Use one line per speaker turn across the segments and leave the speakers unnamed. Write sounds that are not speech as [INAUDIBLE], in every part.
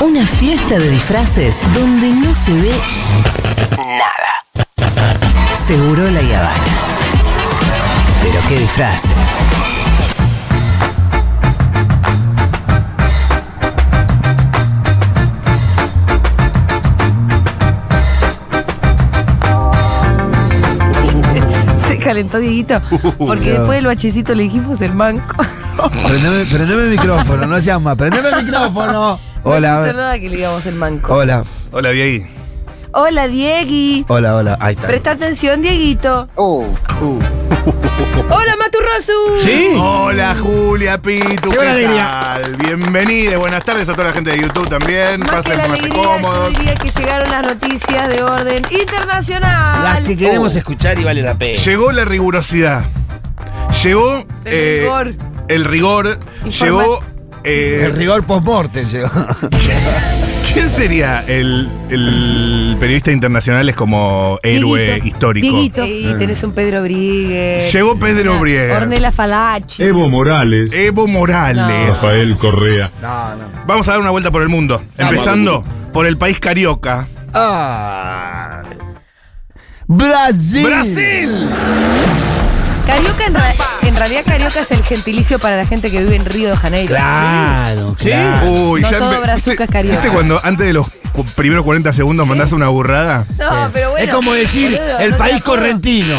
Una fiesta de disfraces donde no se ve nada. Seguro la Yavana. Pero qué disfraces.
Se calentó Dieguito, porque
no.
después del bachecito le dijimos el manco. [LAUGHS]
Prendeme, prendeme el micrófono, no seas más. Prendeme el micrófono.
[LAUGHS] No es
Hola,
nada que le digamos el manco.
hola,
Hola, Diego.
Hola, Diegui.
hola, hola. Ahí está.
Presta atención, Dieguito.
Uh.
[LAUGHS] Hola, Maturrosu.
¿Sí?
Hola, Julia,
Sí,
Pitu. ¿qué
una alegría.
tal? Bienvenidos. Buenas tardes a toda la gente de YouTube también.
Más que
Pasen,
la
pónganse
alegría, yo
cómodos.
diría que llegaron las noticias de orden internacional.
Las que queremos escuchar y vale la pena.
Llegó la rigurosidad. Llegó. eh,
El rigor.
El rigor.
Informal.
Llegó. eh,
El rigor post-mortem llegó.
¿Quién sería el, el periodista internacional? Es como héroe
Dieguito.
histórico. Eh,
Dieguito. Ey, tenés un Pedro Brigues.
Llegó Pedro Brier.
Ornella Falachi.
Evo Morales,
Evo Morales.
Rafael Correa.
No, no.
Vamos a dar una vuelta por el mundo. Empezando por el país carioca.
Ah. Brasil.
¡Brasil!
Carioca, en, ra- en realidad, Carioca es el gentilicio para la gente que vive en Río de Janeiro.
Claro,
Sí.
claro.
Uy,
No
ya
todo
empe-
brazuca
¿viste-
es carioca.
¿Viste cuando antes de los cu- primeros 40 segundos mandás una burrada?
No, Ah, pero bueno.
es como decir
boludo,
el
no te
país
la puedo-
correntino.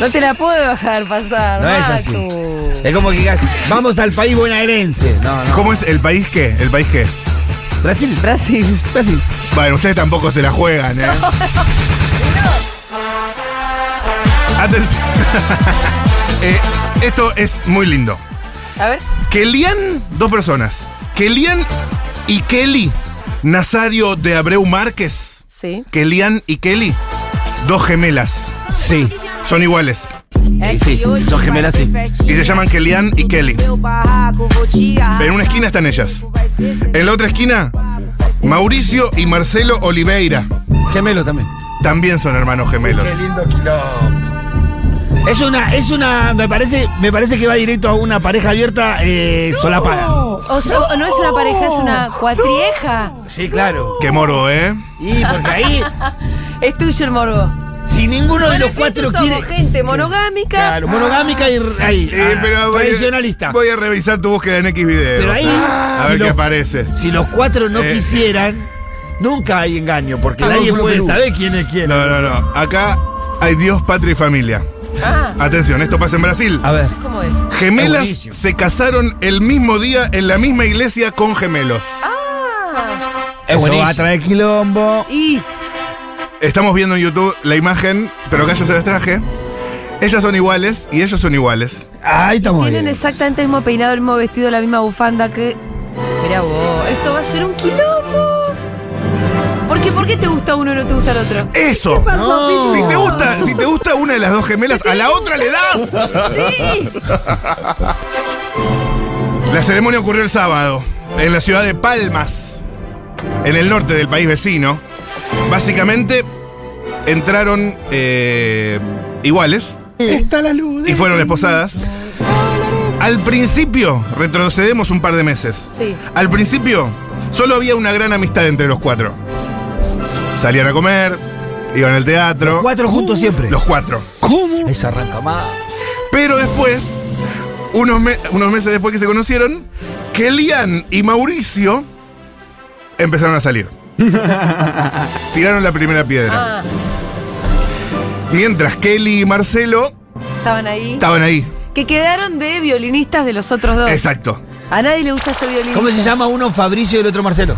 No te la puedo dejar pasar,
No es así.
Matu.
Es como que digas, vamos al país bonaerense. No, no.
¿Cómo es el país qué? ¿El país qué?
Brasil.
Brasil.
Brasil.
Bueno, ustedes tampoco se la juegan,
[LAUGHS]
¿eh? Atención. [LAUGHS] Eh, esto es muy lindo.
A ver.
Kelian, dos personas. Kelian y Kelly. Nazario de Abreu Márquez.
Sí.
Kelian y Kelly. Dos gemelas.
Sí.
Son iguales.
Eh,
Y Sí, son gemelas, sí.
Y se llaman Kellyanne y Kelly. En una esquina están ellas. En la otra esquina, Mauricio y Marcelo Oliveira.
Gemelo también.
También son hermanos gemelos.
lindo quilombo. Es una, es una, me parece, me parece que va directo a una pareja abierta eh, solapada.
O sea, o no es una pareja, es una cuatrieja.
Sí, claro.
Qué morbo, ¿eh?
Y porque ahí,
Es tuyo el morbo.
si ninguno de los
Bueno,
cuatro
nosotros
quiere.
somos gente monogámica.
Claro, monogámica y ahí,
Eh,
ah,
pero voy a-
tradicionalista.
Voy a revisar tu búsqueda en X video. Ah,
pero ahí,
A
si,
ver qué
los,
aparece.
si los cuatro no
Eh.
quisieran, nunca hay engaño, porque
Ah,
nadie
no, no,
puede
no.
saber quién es quién.
No, no, no. Acá hay Dios, patria y familia.
Ah,
Atención, esto pasa en Brasil.
A ver.
¿cómo es?
Gemelas
Es buenísimo.
se casaron el mismo día en la misma iglesia con gemelos.
Ah.
Eso va a traer quilombo.
Y
Estamos viendo en YouTube la imagen, pero acá yo se las traje. Ellas son iguales y ellos son iguales.
Ahí estamos
tienen
bien.
exactamente el mismo peinado, el mismo vestido, la misma bufanda que. Mirá vos, esto va a ser un quilombo. ¿Por qué, ¿Por qué te gusta uno y no te gusta el otro?
¡Eso!
No.
Si te gusta, si te gusta una de las dos gemelas, a la otra le das.
¡Sí!
La ceremonia ocurrió el sábado, en la ciudad de Palmas, en el norte del país vecino. Básicamente, entraron eh, iguales. Y fueron esposadas. Al principio, retrocedemos un par de meses.
Sí.
Al principio, solo había una gran amistad entre los cuatro. Salían a comer, iban al teatro. Uh,
Los cuatro juntos siempre.
Los cuatro.
¿Cómo? Esa arranca más.
Pero después, unos, me- unos meses después que se conocieron, Kellyanne y Mauricio empezaron a salir. Tiraron la primera piedra.
Ah,
Mientras Kelly y Marcelo
estaban ahí.
estaban ahí.
Que quedaron de violinistas de los otros dos.
Exacto.
A nadie le gusta ser violinista.
¿Cómo se llama uno Fabricio y el otro [LAUGHS] Marcelo?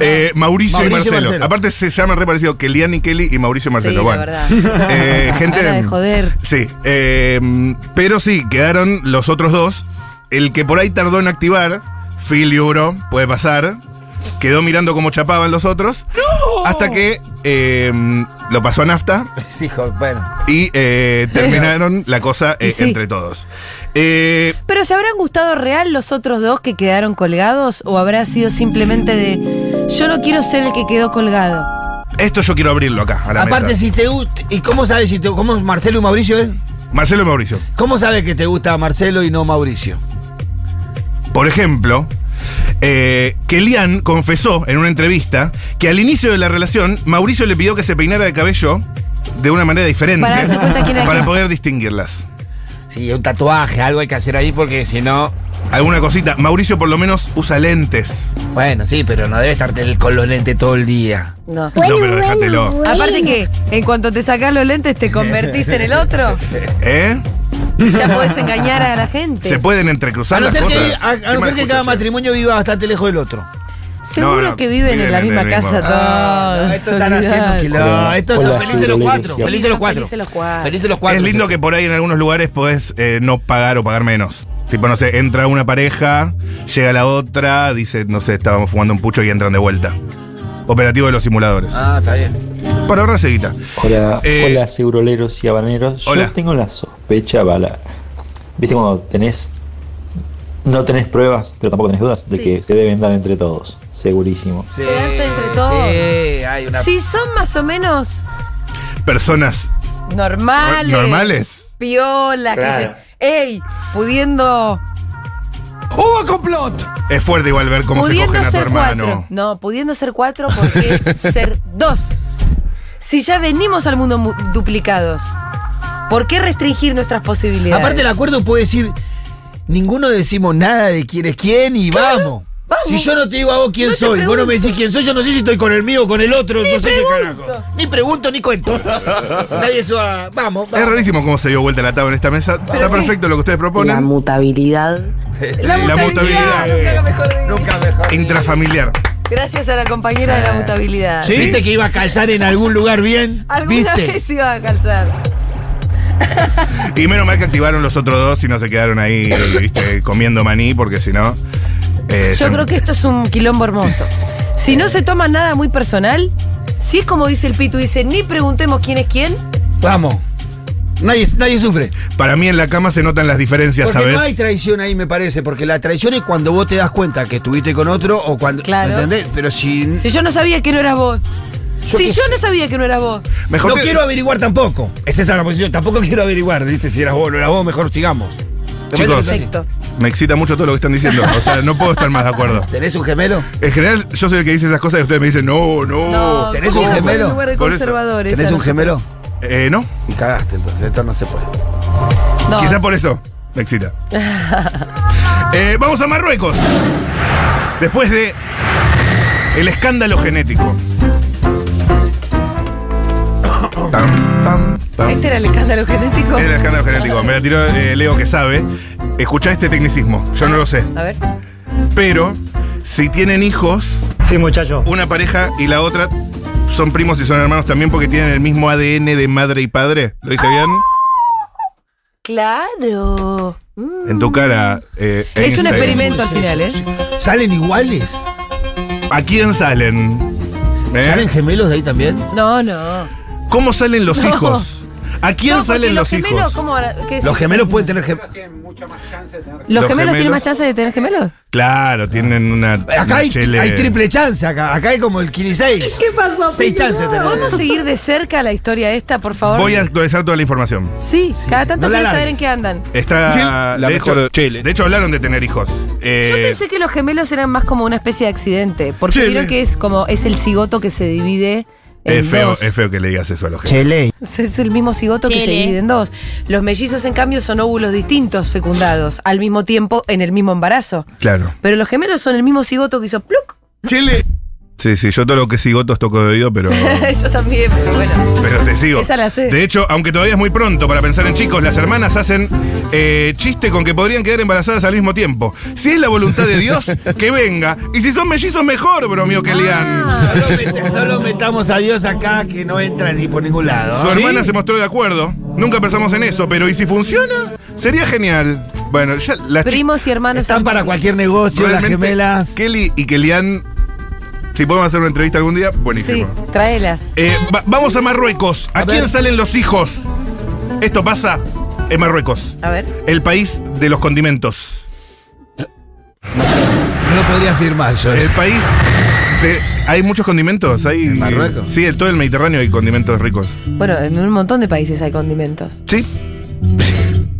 Eh, Mauricio,
Mauricio
y
y
Marcelo.
Marcelo.
Aparte se llaman re parecido Kellyanne y Kelly y Mauricio y Marcelo.
Sí,
bueno.
la verdad.
Eh, gente.
Gana Ah, de joder.
Sí, eh, pero sí, quedaron los otros dos. El que por ahí tardó en activar, Phil y Uro, puede pasar. Quedó mirando cómo chapaban los otros. Hasta que eh, lo pasó a nafta
Hijo, bueno.
y
[LAUGHS]
eh, terminaron la cosa eh,
Y sí.
entre todos. Eh,
Pero ¿se habrán gustado real los otros dos que quedaron colgados? ¿O habrá sido simplemente de yo no quiero ser el que quedó colgado?
esto yo quiero abrirlo acá. A la
Aparte,
mesa.
si te gusta. ¿Y cómo sabes si te cómo Marcelo y Mauricio, eh?
Marcelo y Mauricio.
¿Cómo sabes que te gusta Marcelo y no Mauricio?
Por ejemplo, eh, que Lian confesó en una entrevista que al inicio de la relación, Mauricio le pidió que se peinara de cabello de una manera diferente
Para darse cuenta quién era
para
quién.
poder distinguirlas.
Sí, un tatuaje, algo hay que hacer ahí porque si no.
Alguna cosita. Mauricio por lo menos usa lentes.
Bueno, sí, pero no debe estar del- con los lentes todo el día.
No.
no, pero déjatelo.
Aparte que, en cuanto te sacas los lentes, te convertís en el otro.
¿Eh?
Ya podés engañar a la gente.
Se pueden
A
entrecruzar
no
las
ser que,
cosas.
a- a
Qué
no
mala
ser que cada
escucha, che.
matrimonio viva bastante lejos del otro.
Seguro
No, no,
que viven en la
viven en
misma
el
casa
mismo-
todos.
no, Ah, esto están haciendo
Ah, olvidate.
quilombo. Estos
con
son
la
felices los cuatro.
subdelegación.
Felices los cuatro.
Felices los cuatro.
Felices los cuatro.
Es lindo que por ahí en algunos lugares podés eh, no pagar o pagar menos. Tipo, no sé, entra una pareja, llega la otra, dice, no sé, estábamos fumando un pucho y entran de vuelta. Operativo de los simuladores.
Ah, está bien.
Para ahorrar seguita.
Hola,
Eh,
hola seguroleros y habaneros.
hola.
Yo tengo la sospecha, bala. ¿Viste cuando tenés. No tenés pruebas, pero tampoco tenés dudas de
Sí.
que se deben dar entre todos. Segurísimo.
Sí,
Quedarte entre todos.
Sí, hay una.
Si son más o menos
Personas
normales.
normales.
Piolas, que
Claro.
se. ¡Ey! Pudiendo.
Es fuerte igual ver cómo se
pudiendo
cogen a tu
ser
hermano.
cuatro. No, pudiendo ser cuatro, ¿por
[LAUGHS]
qué ser dos? Si ya venimos al mundo mu- duplicados, ¿por qué restringir nuestras posibilidades?
Aparte, el acuerdo puede decir: ninguno decimos nada de quién es quién y vamos.
vamos.
Si yo no te digo a vos quién
No te
soy, vos no me decís
pregunto.
quién soy, yo no sé si estoy con el mío o con el otro, no sé
pregunto.
qué carajo. Ni pregunto ni [LAUGHS] cuento. Nadie suba. Vamos,
Es
vamos.
rarísimo cómo se dio vuelta la tabla en esta mesa. Está
qué?
perfecto lo que ustedes
La
proponen.
mutabilidad.
La mutabilidad. nunca mejor dicho.
Intrafamiliar.
Gracias a la compañera de la mutabilidad.
¿Sí? ¿Viste que iba a calzar en algún lugar bien?
Alguna
¿Viste?
vez iba a calzar.
Y menos mal que activaron los otros dos y no se quedaron ahí viste, comiendo maní, porque si no. eh,
Yo
son-
creo que esto es un quilombo hermoso. Si no se toma nada muy personal, si es como dice el Pitu, dice, ni preguntemos quién es quién,
Vamos. Nadie, nadie sufre.
Para mí en la cama se notan las diferencias,
Porque
¿sabes?
no hay traición ahí, me parece, porque la traición es cuando vos te das cuenta que estuviste con otro o cuando.
Claro.
¿Me entendés? Pero si.
si yo no sabía que no eras vos.
Yo
si
qué
yo
sé.
no sabía que no eras vos.
Mejor
no
que-
quiero averiguar tampoco. Es esa la posición. Tampoco quiero averiguar, ¿viste? Si eras vos o no eras vos, mejor sigamos. ¿Te parece
Chicos.
que está así?
Perfecto.
Me excita mucho todo lo que están diciendo. O sea, no puedo estar más de acuerdo.
¿Tenés un gemelo?
En general, yo soy el que dice esas cosas y ustedes me dicen, no, no.
No,
Uh, ¿tenés
¿cómo
un
iba a poner
gemelo?
en lugar de
Por eso.
conservadores?
¿Tenés
a
un
los-
gemelo?
Eh, no.
Y cagaste, entonces esto no se puede.
No.
Quizá por eso me
[LAUGHS]
excita. Eh, vamos a Marruecos. Después de el escándalo genético. Tam, tam, tam.
Este era el escándalo genético.
Es el escándalo genético. Me la tiró eh, Leo que sabe. Escuchá este tecnicismo. Yo no lo sé.
A ver.
Pero si tienen hijos,
Sí, muchacho.
una pareja y la otra son primos y son hermanos también porque tienen el mismo ADN de madre y padre. ¿Lo dije bien?
Claro. Mm.
En tu cara. eh,
Es un
Einstein.
experimento al final, ¿eh?
¿Salen iguales?
¿A quién salen? ¿Eh?
¿Salen gemelos de ahí también?
No, no.
¿Cómo salen los
No.
hijos? ¿a quién
No, porque
salen los,
gemelos,
hijos?
¿cómo van a- qué es
Los
eso?
gemelos pueden tener gemelos.
¿Los
Los
gemelos tienen
gemelos- Eh.
más chance de tener gemelos?
Claro, tienen
Ah.
una.
Acá
una
hay,
chele-
hay triple chance, acá. Acá hay como el 15 ¿Qué pasó? Seis chances
¿Podemos
tenemos.
seguir de cerca la historia esta, por favor?
Voy a actualizar toda la información.
Sí, cada tanto
no la
quiero saber
largues.
en qué andan.
Está.
la
de,
mejor
hecho,
chele.
de hecho, hablaron de tener hijos. Eh,
Yo pensé que los gemelos eran más como una especie de accidente, porque
Chele.
vieron que es como es el cigoto que se divide en
es, feo,
dos.
es feo que le digas eso a los gemelos.
Chele.
Es el mismo cigoto que se
Chele.
divide en dos. Los mellizos, en cambio, son óvulos distintos fecundados al mismo tiempo en el mismo embarazo.
Claro.
Pero los gemelos son el mismo cigoto que hizo [LAUGHS] pluk.
Chile. Sí, sí, yo todo lo que sigo todos toco de
[LAUGHS]
oído, pero.
Yo también, pero bueno.
Pero te sigo.
Esa la sé.
De hecho, aunque todavía es muy pronto para pensar en chicos, las hermanas hacen eh, chiste con que podrían quedar embarazadas al mismo tiempo. Si es la voluntad
[LAUGHS]
de Dios, que venga. Y si son mellizos, mejor, bromio que lian.
Ah.
No lo, met- no lo metamos a Dios acá que no entra ni por ningún lado.
Su
¿Ah,
¿Sí?
hermana se mostró de acuerdo. Nunca pensamos en eso, pero ¿y si funciona? Sería genial. Bueno, ya las chi-
Primos y hermanos.
Están
al-
para cualquier negocio, las
realmente,
gemelas.
Kelly y Kelian, si podemos hacer una entrevista algún día,
Sí,
buenísimo.
tráelas.
Eh, va- vamos a Marruecos. ¿A,
A
quién
ver.
salen los hijos? Esto pasa en Marruecos,
A ver.
el país de los condimentos.
No lo podría afirmar yo.
El país de. Hay muchos condimentos. Hay,
¿En Marruecos?
Sí, en todo el Mediterráneo hay condimentos ricos.
Bueno, en un montón de países hay condimentos.
¿Sí?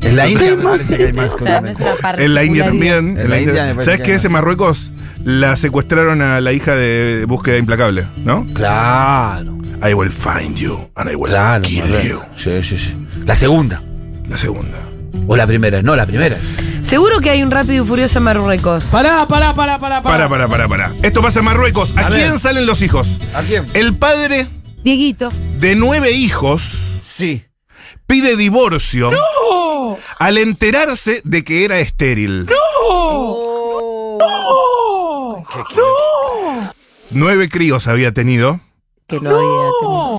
El En la India me parece que hay más
O sea, no es una parte.
En la India también.
En la India me parece
¿Sabes
que
qué?
hay
Ese
más.
Marruecos la secuestraron a la hija de Búsqueda Implacable, ¿no?
Claro,
I will find you and I will
claro.
kill
Marruecos.
you.
Sí, sí, sí. La segunda.
La segunda.
O la primera. No, la primera.
Seguro que hay un rápido y furioso en Marruecos.
Pará, pará, pará, pará,
Para, para, para, para. Esto pasa en Marruecos. ¿A,
A
quién
ver.
salen los hijos?
¿A quién?
El padre
Dieguito.
de nueve hijos
Sí.
pide divorcio al enterarse de que era estéril.
Oh.
Nueve críos había tenido.
Que no, había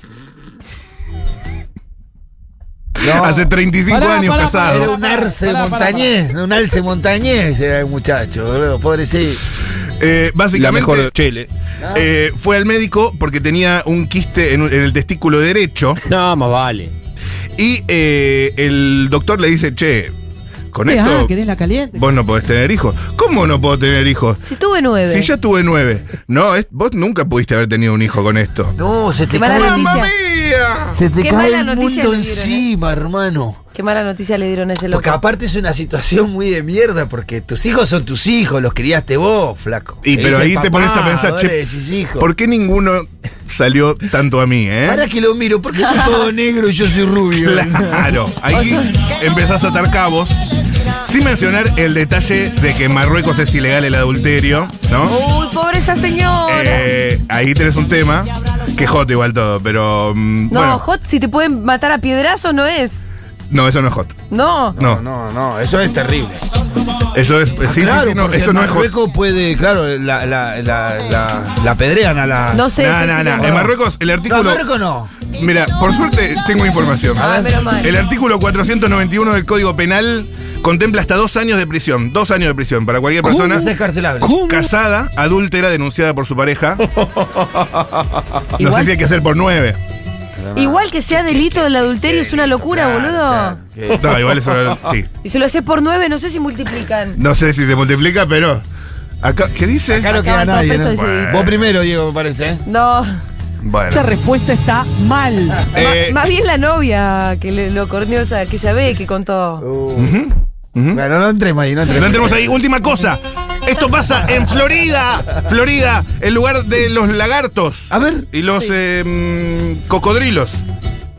[LAUGHS] Hace 35
Pará,
años
pará,
casado.
Era un arce
Pará, pará, pará.
montañés, un alce montañés era el muchacho, boludo, pobrecito.
Eh,
La
básicamente.
mejor de Chile.
Eh, fue al médico porque tenía un quiste en, un- en el testículo derecho
No, más vale.
y eh, el doctor le dice, che, con esto
Eh, ah, ¿Querés la caliente?
vos no podés tener hijos. ¿Cómo no puedo tener hijos?
Si tuve nueve.
Si ya tuve nueve. No, es- vos nunca pudiste haber tenido un hijo con esto.
No, se te
Qué mala
cae,
noticia.
¡Mamma mía!
se te
Qué
cae
mala
el
noticia
mundo
le dieron, ¿eh?
encima, hermano.
Qué mala noticia le dieron a ese
Porque
loco.
aparte es una situación muy de mierda, porque tus hijos son tus hijos, los criaste vos, flaco.
Y pero ahí te pones a pensar, che,
che,
¿Por qué ninguno salió tanto a mí, eh?
Ahora que lo miro, ¿por qué soy
[LAUGHS]
todo negro y yo soy rubio?
Claro, ahí empezás a atar cabos. Sin mencionar el detalle de que en Marruecos es ilegal el adulterio, ¿no?
Uy, pobre esa señora.
Eh, ahí tenés un tema. Que hot igual todo, pero. mm,
no,
bueno,
Hot, si te pueden matar a piedrazos, no es.
No, eso no es hot.
No.
No,
No, no, eso es terrible.
eso es. sí, sí,
claro,
sí, no,
porque
eso
en
no es hot.
Marruecos puede, claro, la, la, la, la, la pedrean a la.
No sé.
No, no, no. En Marruecos, el
No,
artículo.
Marruecos no.
Mira, por suerte tengo información.
Ah, menos mal.
El artículo 491 del Código Penal contempla hasta dos años de prisión. Dos años de prisión para cualquier persona.
Es carcelable.
Casada, adúltera, denunciada por su
[LAUGHS]
pareja. No sé
Igual-
si hay que hacer por nueve.
Igual que sea delito el adulterio, es una locura, boludo.
No, igual eso. Sí.
Y si lo haces por nueve, no sé si multiplican.
No sé si se multiplica, pero. Acá, ¿Qué dice?
Acá no queda
Acaban todos
nadie. ¿no?
presos de ese
Bueno.
Vos primero, Diego, me parece. ¿eh?
No.
Bueno.
Esa respuesta está
[LAUGHS]
mal.
Eh,
Ma- más bien la novia que le- lo corniosa que ya ve que contó.
Mm.
Bueno, no entremos ahí, no
Lo
entremos.
tenemos ahí. Última cosa. Esto pasa en Florida. Florida, el lugar de los lagartos.
A ver.
Y los eh, mm, cocodrilos.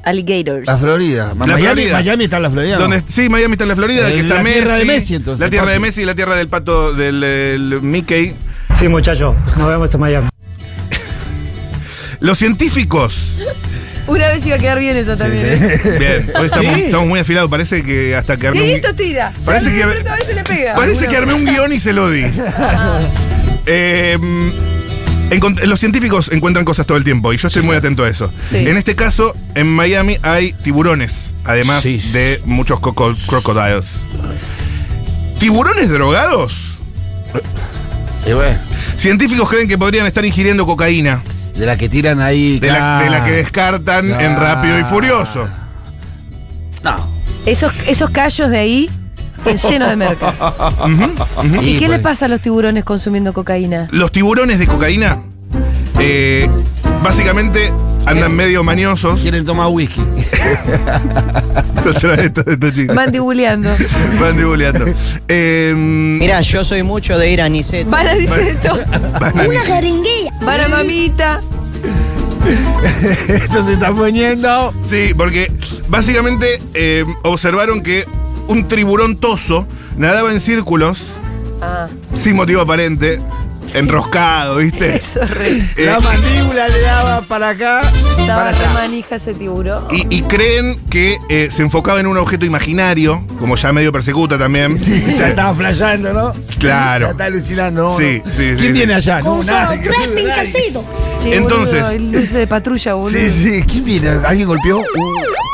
Alligators.
Ah.
La Florida. Miami,
Florida.
Miami está en la Florida. ¿no?
Donde, sí, Miami está en la Florida,
Eh,
que está
la tierra
Messi,
de Messi, entonces,
La tierra de
papi.
Messi y la tierra del pato del el Mickey.
Sí, muchachos, nos vemos en Miami.
[LAUGHS]
Los científicos.
Una vez iba a quedar bien eso también.
[LAUGHS]
¿eh?
Bien, hoy estamos, estamos muy afilados. Parece que hasta que armé un,
Dieguito tira.
Parece que-
a veces le pega.
parece
Alguna-
que armé un guión y se lo di. Eh, encont- los científicos encuentran cosas todo el tiempo y yo estoy muy atento a eso.
Sí.
En este caso, en Miami hay tiburones, además
Sí.
de muchos coco- crocodiles. ¿Tiburones drogados?
Y bueno,
Científicos creen que podrían estar ingiriendo cocaína,
de la que tiran ahí. Ah.
de, la, de la que
claro.
descartan en Rápido y Furioso.
No.
Esos, esos callos de ahí están llenos de
[LAUGHS]
merca. ¿Y qué le pasa a los tiburones consumiendo cocaína?
Los tiburones de cocaína, eh, básicamente andan medio mañosos.
Quieren tomar whisky.
[LAUGHS] Otra vez todo esto, chicos.
Mandibuleando.
Van dibuleando. Eh,
Mira, yo soy mucho de ir a Niceto.
Van a Niceto.
van a-
Van a mamita.
[LAUGHS] Esto se está poniendo.
Sí, porque básicamente eh, observaron que un tiburón toso nadaba en círculos
Ah,
sin motivo aparente, enroscado, ¿viste?
eso es re.
Eh,
La mandíbula le daba para acá.
Estaba re manija ese tiburón.
y, y creen que eh, se enfocaba en un objeto imaginario, como ya medio persecuta también.
Sí, ya estaba flasheando, ¿no?
Claro.
Ya está alucinando. ¿no?
Sí, sí,
¿Quién
sí,
viene
sí.
allá? No, nadie, nadie.
Che,
entonces-
boludo, el luce de patrulla, boludo.
Sí, sí. ¿Quién viene? ¿Alguien golpeó? Uh.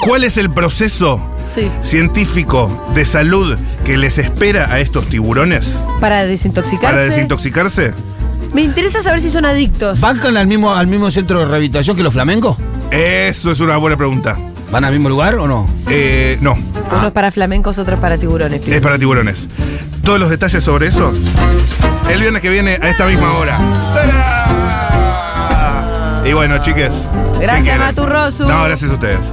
¿Cuál es el proceso
Sí.
científico de salud que les espera a estos tiburones
Para desintoxicarse.
para desintoxicarse?
Me interesa saber si son adictos.
¿Van con al mismo, al mismo centro de rehabilitación que los flamencos?
Eso es una buena pregunta.
¿Van al mismo lugar o no?
Eh, no,
Unos para flamencos, otros para tiburones.
es para tiburones. Todos los detalles sobre eso, el viernes que viene a esta misma hora. ¡Sara! Y bueno, chiques. ¿qué
Gracias,
quieren?
Maturrosu.
No, gracias a ustedes.